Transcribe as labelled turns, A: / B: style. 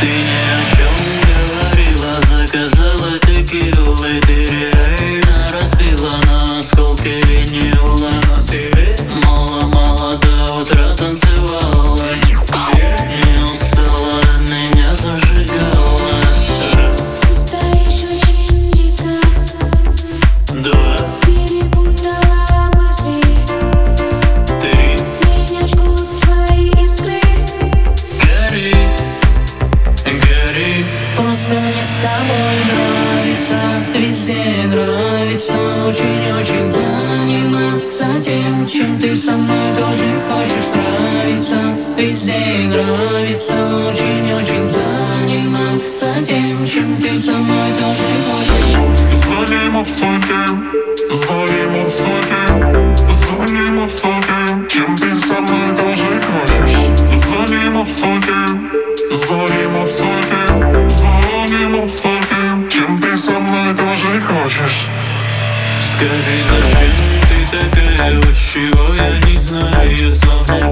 A: Ты ни о чем говорила, заказала текилу И ты реально разбила на осколки винила Но тебе мало-мало до утра танцевала Я не устала, меня зажигала Раз,
B: Ты стоишь очень близко,
A: два,
B: перепутала мысли
A: три,
B: Меня жгут твои искры
A: гори, гори
C: Просто мне с тобой нравится Везде нравится Очень-очень заниматься тем Чем ты со мной тоже хочешь нравиться Везде нравится Очень-очень заниматься тем Чем ты со мной тоже хочешь
D: Заниматься заниматься заниматься чем ты со мной должен хочешь заниматься заниматься заниматься чем ты со мной должен хочешь
A: Скажи, зачем ты такая, вот чего я не знаю Словно
C: а